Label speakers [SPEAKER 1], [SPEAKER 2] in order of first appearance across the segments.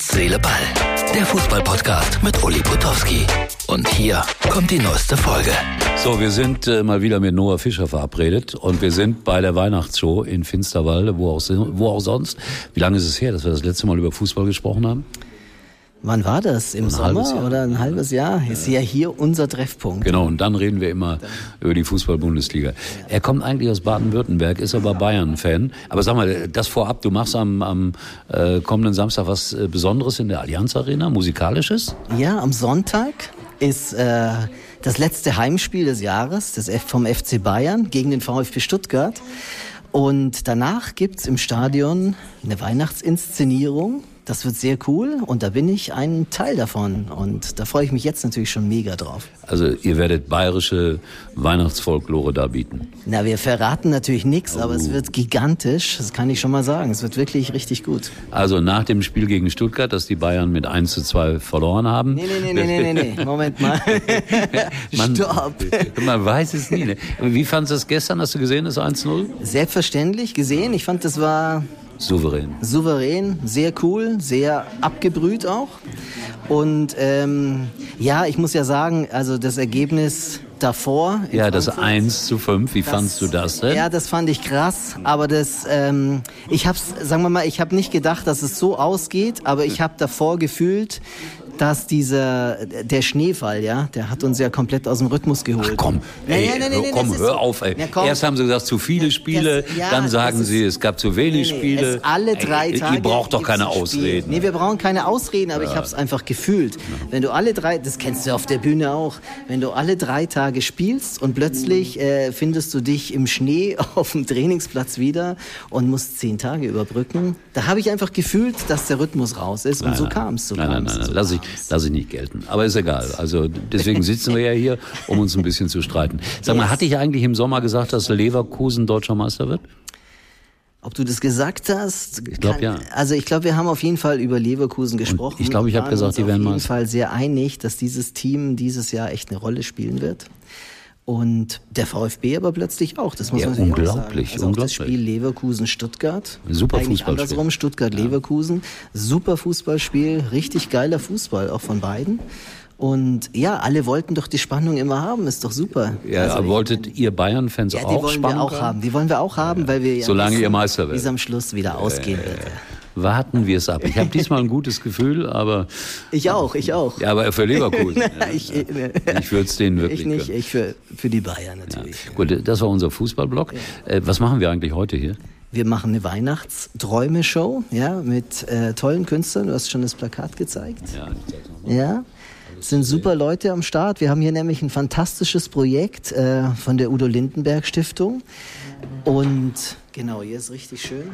[SPEAKER 1] Seele, Ball. Der Fußball-Podcast mit Uli Potowski. Und hier kommt die neueste Folge.
[SPEAKER 2] So, wir sind äh, mal wieder mit Noah Fischer verabredet und wir sind bei der Weihnachtsshow in Finsterwalde, wo auch, si- wo auch sonst. Wie lange ist es her, dass wir das letzte Mal über Fußball gesprochen haben?
[SPEAKER 3] Wann war das? Im
[SPEAKER 2] halbes
[SPEAKER 3] Sommer
[SPEAKER 2] Jahr.
[SPEAKER 3] oder ein halbes Jahr? Ist ja hier unser Treffpunkt.
[SPEAKER 2] Genau, und dann reden wir immer über die Fußball-Bundesliga. Er kommt eigentlich aus Baden-Württemberg, ist aber Bayern-Fan. Aber sag mal, das vorab, du machst am, am äh, kommenden Samstag was äh, Besonderes in der Allianz Arena, musikalisches?
[SPEAKER 3] Ja, am Sonntag ist äh, das letzte Heimspiel des Jahres des F vom FC Bayern gegen den VfB Stuttgart. Und danach gibt's im Stadion eine Weihnachtsinszenierung. Das wird sehr cool und da bin ich ein Teil davon. Und da freue ich mich jetzt natürlich schon mega drauf.
[SPEAKER 2] Also ihr werdet bayerische Weihnachtsfolklore da bieten.
[SPEAKER 3] Na, wir verraten natürlich nichts, aber es wird gigantisch. Das kann ich schon mal sagen. Es wird wirklich richtig gut.
[SPEAKER 2] Also nach dem Spiel gegen Stuttgart, das die Bayern mit 1 zu 2 verloren haben.
[SPEAKER 3] Nee, nee, nee, nee, nee, nee. Moment mal.
[SPEAKER 2] Man,
[SPEAKER 3] Stopp.
[SPEAKER 2] man weiß es nie. Ne? Wie fandst du es gestern? Hast du gesehen, das 1-0?
[SPEAKER 3] Selbstverständlich gesehen. Ich fand, das war
[SPEAKER 2] Souverän.
[SPEAKER 3] souverän, sehr cool, sehr abgebrüht auch. Und ähm, ja, ich muss ja sagen, also das Ergebnis davor. in
[SPEAKER 2] Ja, das
[SPEAKER 3] Frankfurt,
[SPEAKER 2] 1 zu 5, wie
[SPEAKER 3] das-
[SPEAKER 2] fandst du das denn?
[SPEAKER 3] Ja, das fand ich krass, aber das, ähm, ich hab's, sagen wir mal, ich habe nicht gedacht, dass es so ausgeht, aber ich habe davor gefühlt, dass dieser, der Schneefall, ja, der hat uns ja komplett aus dem Rhythmus geholt.
[SPEAKER 2] Ach komm,
[SPEAKER 3] Nein,
[SPEAKER 2] ey,
[SPEAKER 3] nein, nein, nein,
[SPEAKER 2] komm
[SPEAKER 3] das ist
[SPEAKER 2] hör
[SPEAKER 3] so.
[SPEAKER 2] auf. Ey.
[SPEAKER 3] Na, komm.
[SPEAKER 2] Erst haben sie gesagt, zu viele Spiele,
[SPEAKER 3] ja,
[SPEAKER 2] dann
[SPEAKER 3] das
[SPEAKER 2] sagen
[SPEAKER 3] ist-
[SPEAKER 2] sie, es gab zu wenig
[SPEAKER 3] Nee, nee,
[SPEAKER 2] Spiele.
[SPEAKER 3] Es alle drei
[SPEAKER 2] Ey,
[SPEAKER 3] Tage.
[SPEAKER 2] Ihr braucht doch
[SPEAKER 3] gibt's
[SPEAKER 2] keine
[SPEAKER 3] ein Spiel.
[SPEAKER 2] Ausreden.
[SPEAKER 3] Nee, wir brauchen keine Ausreden, aber ich habe es einfach gefühlt. Wenn du alle drei, das kennst du auf der Bühne auch, wenn du alle drei Tage spielst und plötzlich
[SPEAKER 2] Mhm.
[SPEAKER 3] äh, findest du dich im Schnee auf dem Trainingsplatz wieder und musst zehn Tage überbrücken, da habe ich einfach gefühlt, dass der Rhythmus raus ist und so kam es. So
[SPEAKER 2] nein, nein,
[SPEAKER 3] kam's,
[SPEAKER 2] nein,
[SPEAKER 3] so
[SPEAKER 2] nein. Lass, ich,
[SPEAKER 3] kam's.
[SPEAKER 2] lass ich nicht gelten. Aber ist egal. Also deswegen sitzen wir ja hier, um uns ein bisschen zu streiten. Sag mal, hatte ich eigentlich im Sommer gesagt, dass Leverkusen deutscher Meister wird?
[SPEAKER 3] Ob du das gesagt hast? Ich
[SPEAKER 2] glaub, ja.
[SPEAKER 3] Also ich glaube, wir haben auf jeden Fall über Leverkusen gesprochen.
[SPEAKER 2] ich glaub, ich hab
[SPEAKER 3] Waren
[SPEAKER 2] gesagt,
[SPEAKER 3] uns
[SPEAKER 2] die werden
[SPEAKER 3] auf jeden
[SPEAKER 2] Meister.
[SPEAKER 3] Fall sehr einig, dass dieses Team dieses Jahr echt eine Rolle spielen wird. Und der VfB aber plötzlich auch. Das muss
[SPEAKER 2] Ja,
[SPEAKER 3] man natürlich
[SPEAKER 2] unglaublich,
[SPEAKER 3] auch sagen. Also auch
[SPEAKER 2] unglaublich.
[SPEAKER 3] Das Spiel Leverkusen Stuttgart.
[SPEAKER 2] Super
[SPEAKER 3] Eigentlich
[SPEAKER 2] Fußballspiel.
[SPEAKER 3] andersrum Stuttgart Leverkusen. Super Fußballspiel, richtig geiler Fußball auch von beiden. Und ja, alle wollten doch die Spannung immer haben. Ist doch super.
[SPEAKER 2] Ja,
[SPEAKER 3] Also ich-
[SPEAKER 2] wolltet ihr Bayern-Fans
[SPEAKER 3] ja, die
[SPEAKER 2] auch
[SPEAKER 3] wollen
[SPEAKER 2] Spannung
[SPEAKER 3] wir auch haben. Die wollen wir auch haben, weil wir ja
[SPEAKER 2] Solange
[SPEAKER 3] wissen,
[SPEAKER 2] ihr Meister werdet.
[SPEAKER 3] wie es am Schluss wieder ausgehen wird.
[SPEAKER 2] Warten wir es ab. Ich habe diesmal ein gutes Gefühl, aber,
[SPEAKER 3] Ich auch, ich auch.
[SPEAKER 2] ja, aber für Leverkusen. ja.
[SPEAKER 3] ich, äh, ne.
[SPEAKER 2] Ich würde es denen wirklich
[SPEAKER 3] ich nicht,
[SPEAKER 2] gönnen.
[SPEAKER 3] ich für, für die Bayern natürlich.
[SPEAKER 2] Gut, das war unser Fußballblock. Äh, Was machen wir eigentlich heute hier?
[SPEAKER 3] Wir machen eine Weihnachtsträume-Show, ja, mit äh, tollen Künstlern. Du hast schon das Plakat gezeigt.
[SPEAKER 2] Ja, ich zeig's nochmal.
[SPEAKER 3] Ja. Es sind super Leute am Start. Wir haben hier nämlich ein fantastisches Projekt äh, von der Udo Lindenberg Stiftung. Und genau, hier ist richtig schön.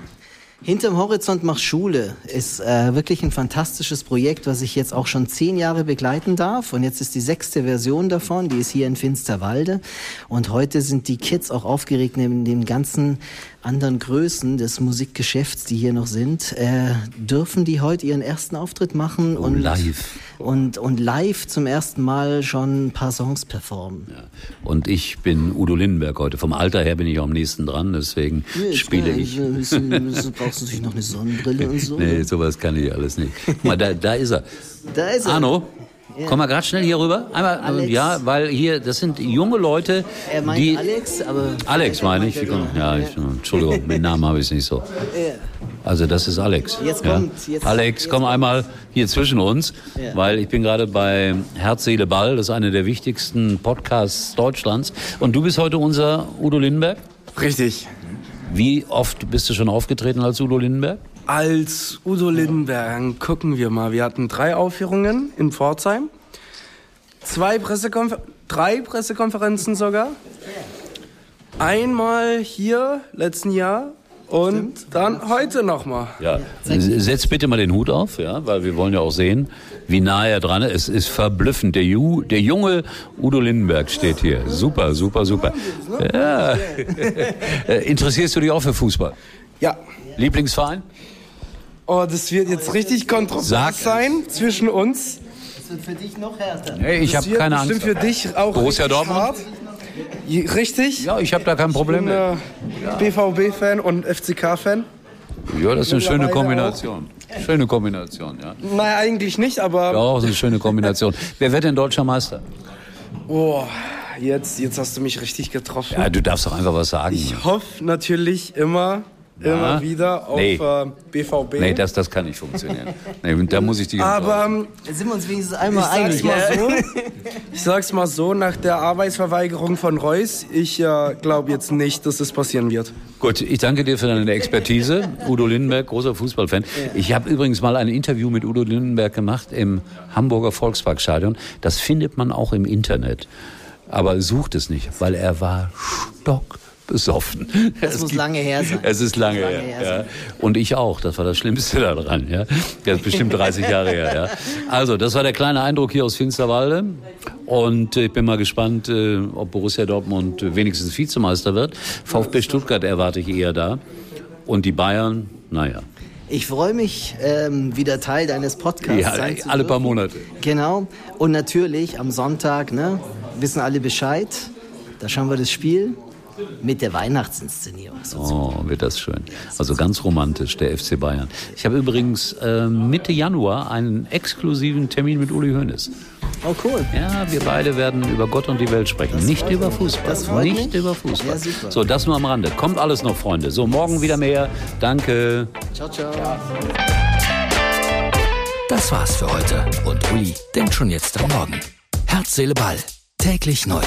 [SPEAKER 3] Hinterm Horizont macht Schule ist äh, wirklich ein fantastisches Projekt, was ich jetzt auch schon zehn Jahre begleiten darf. Und jetzt ist die sechste Version davon, die ist hier in Finsterwalde. Und heute sind die Kids auch aufgeregt neben den ganzen anderen Größen des Musikgeschäfts, die hier noch sind. Äh, dürfen die heute ihren ersten Auftritt machen
[SPEAKER 2] Oh,
[SPEAKER 3] und
[SPEAKER 2] live.
[SPEAKER 3] und, und live zum ersten Mal schon ein paar Songs performen.
[SPEAKER 2] Und ich bin Udo Lindenberg heute. Vom Alter her bin ich auch am nächsten dran, deswegen spiele ich.
[SPEAKER 3] Brauchst du natürlich noch eine Sonnenbrille und so? ne?
[SPEAKER 2] Nee, sowas kann ich alles nicht. Guck mal, da, da ist er.
[SPEAKER 3] Da ist er.
[SPEAKER 2] Arno, komm mal gerade schnell hier rüber. Einmal,
[SPEAKER 3] Alex.
[SPEAKER 2] ja, weil hier, das sind junge Leute,
[SPEAKER 3] Er meint
[SPEAKER 2] die...
[SPEAKER 3] Alex, aber.
[SPEAKER 2] Alex meine ich. Ja, ich Entschuldigung, mit Namen habe ich es nicht so. Also das ist Alex.
[SPEAKER 3] Jetzt
[SPEAKER 2] ja.
[SPEAKER 3] kommt, jetzt-
[SPEAKER 2] Alex,
[SPEAKER 3] jetzt
[SPEAKER 2] komm einmal hier zwischen uns,
[SPEAKER 3] Ja.
[SPEAKER 2] weil ich bin gerade bei Herz, Seele, Ball. Das ist einer der wichtigsten Podcasts Deutschlands. Und du bist heute unser Udo Lindenberg.
[SPEAKER 4] Richtig.
[SPEAKER 2] Wie oft bist du schon aufgetreten als Udo Lindenberg?
[SPEAKER 4] Als Udo Lindenberg gucken wir mal. Wir hatten drei Aufführungen in Pforzheim, zwei Pressekonfer drei Pressekonferenzen sogar. Einmal hier letzten Jahr und dann heute nochmal.
[SPEAKER 2] Ja. Setz bitte mal den Hut auf, ja, weil wir wollen ja auch sehen, wie nah er dran ist. Es ist verblüffend. Der, Ju, der junge Udo Lindenberg steht hier. Super, super, super. Ja. Äh, Interessierst du dich auch für Fußball?
[SPEAKER 4] Ja.
[SPEAKER 2] Lieblingsverein?
[SPEAKER 4] Oh, das wird jetzt richtig
[SPEAKER 2] Sag
[SPEAKER 4] kontrovers
[SPEAKER 2] es.
[SPEAKER 4] sein zwischen uns.
[SPEAKER 3] Das wird für dich noch härter.
[SPEAKER 2] Hey, ich
[SPEAKER 4] Das
[SPEAKER 2] habe
[SPEAKER 4] wird
[SPEAKER 2] keine Angst.
[SPEAKER 4] bestimmt für dich auch
[SPEAKER 2] Borussia
[SPEAKER 4] richtig
[SPEAKER 2] Dortmund?
[SPEAKER 4] hart. Je- Richtig.
[SPEAKER 2] Ja, ich habe da kein
[SPEAKER 4] Ich
[SPEAKER 2] Problem
[SPEAKER 4] bin
[SPEAKER 2] mit.
[SPEAKER 4] äh, BVB-Fan und FCK-Fan.
[SPEAKER 2] Ja, das ist eine schöne
[SPEAKER 4] mittlerweile
[SPEAKER 2] Kombination. Schöne Kombination, ja.
[SPEAKER 4] Nein, eigentlich nicht, aber
[SPEAKER 2] Ja, Auch eine schöne Kombination. Wer wird denn deutscher Meister?
[SPEAKER 4] oh, jetzt, jetzt hast du mich richtig getroffen.
[SPEAKER 2] Ja, du darfst doch einfach was sagen.
[SPEAKER 4] Ich hoffe natürlich immer, immer wieder auf
[SPEAKER 2] Nee.
[SPEAKER 4] äh, BVB.
[SPEAKER 2] nee, das, das kann nicht funktionieren. Nee, da muss ich die
[SPEAKER 4] aber ähm,
[SPEAKER 3] Jetzt sind wir uns wenigstens
[SPEAKER 4] ich
[SPEAKER 3] einmal
[SPEAKER 4] sag's,
[SPEAKER 3] einig.
[SPEAKER 4] mal
[SPEAKER 3] ja?
[SPEAKER 4] so, ich sag's mal so, nach der Arbeitsverweigerung von Reus, ich äh, glaube jetzt nicht, dass es passieren wird.
[SPEAKER 2] Gut, ich danke dir für deine Expertise. Udo Lindenberg, großer Fußballfan. Ich habe übrigens mal ein Interview mit Udo Lindenberg gemacht im Hamburger Volksparkstadion. Das findet man auch im Internet. Aber sucht es nicht, weil er war stockbesoffen. Das
[SPEAKER 3] muss lange her sein.
[SPEAKER 2] Es ist lange,
[SPEAKER 3] lange
[SPEAKER 2] her.
[SPEAKER 3] her
[SPEAKER 2] ja. Und ich auch. Das war das Schlimmste daran. Ja. Das ist bestimmt 30 Jahre her. Ja. Also, das war der kleine Eindruck hier aus Finsterwalde. Und äh, ich bin mal gespannt, äh, ob Borussia Dortmund äh, wenigstens Vizemeister wird. VfB Stuttgart erwarte ich eher da. Und die Bayern, naja.
[SPEAKER 3] Ich freue mich, ähm, wieder Teil deines Podcasts
[SPEAKER 2] Ja,
[SPEAKER 3] sein zu
[SPEAKER 2] alle
[SPEAKER 3] dürfen.
[SPEAKER 2] paar Monate.
[SPEAKER 3] Genau. Und natürlich am Sonntag, ne, wissen alle Bescheid. Da schauen wir das Spiel mit der Weihnachtsinszenierung.
[SPEAKER 2] Oh, wird das schön. Also ganz romantisch, der FC Bayern. Ich habe übrigens äh, Mitte Januar einen exklusiven Termin mit Uli Hoeneß.
[SPEAKER 3] Oh, cool.
[SPEAKER 2] Ja, wir beide werden über Gott und die Welt sprechen. nicht über Fußball.
[SPEAKER 3] Das freut
[SPEAKER 2] nicht
[SPEAKER 3] mich.
[SPEAKER 2] über Fußball.
[SPEAKER 3] Ja, super.
[SPEAKER 2] so, das nur am Rande. Kommt alles noch, Freunde. So, morgen wieder mehr. Danke.
[SPEAKER 3] Ciao, ciao.
[SPEAKER 1] Das war's für heute und Uli denkt schon jetzt am Morgen. Herz, Seele, Ball. Täglich neu.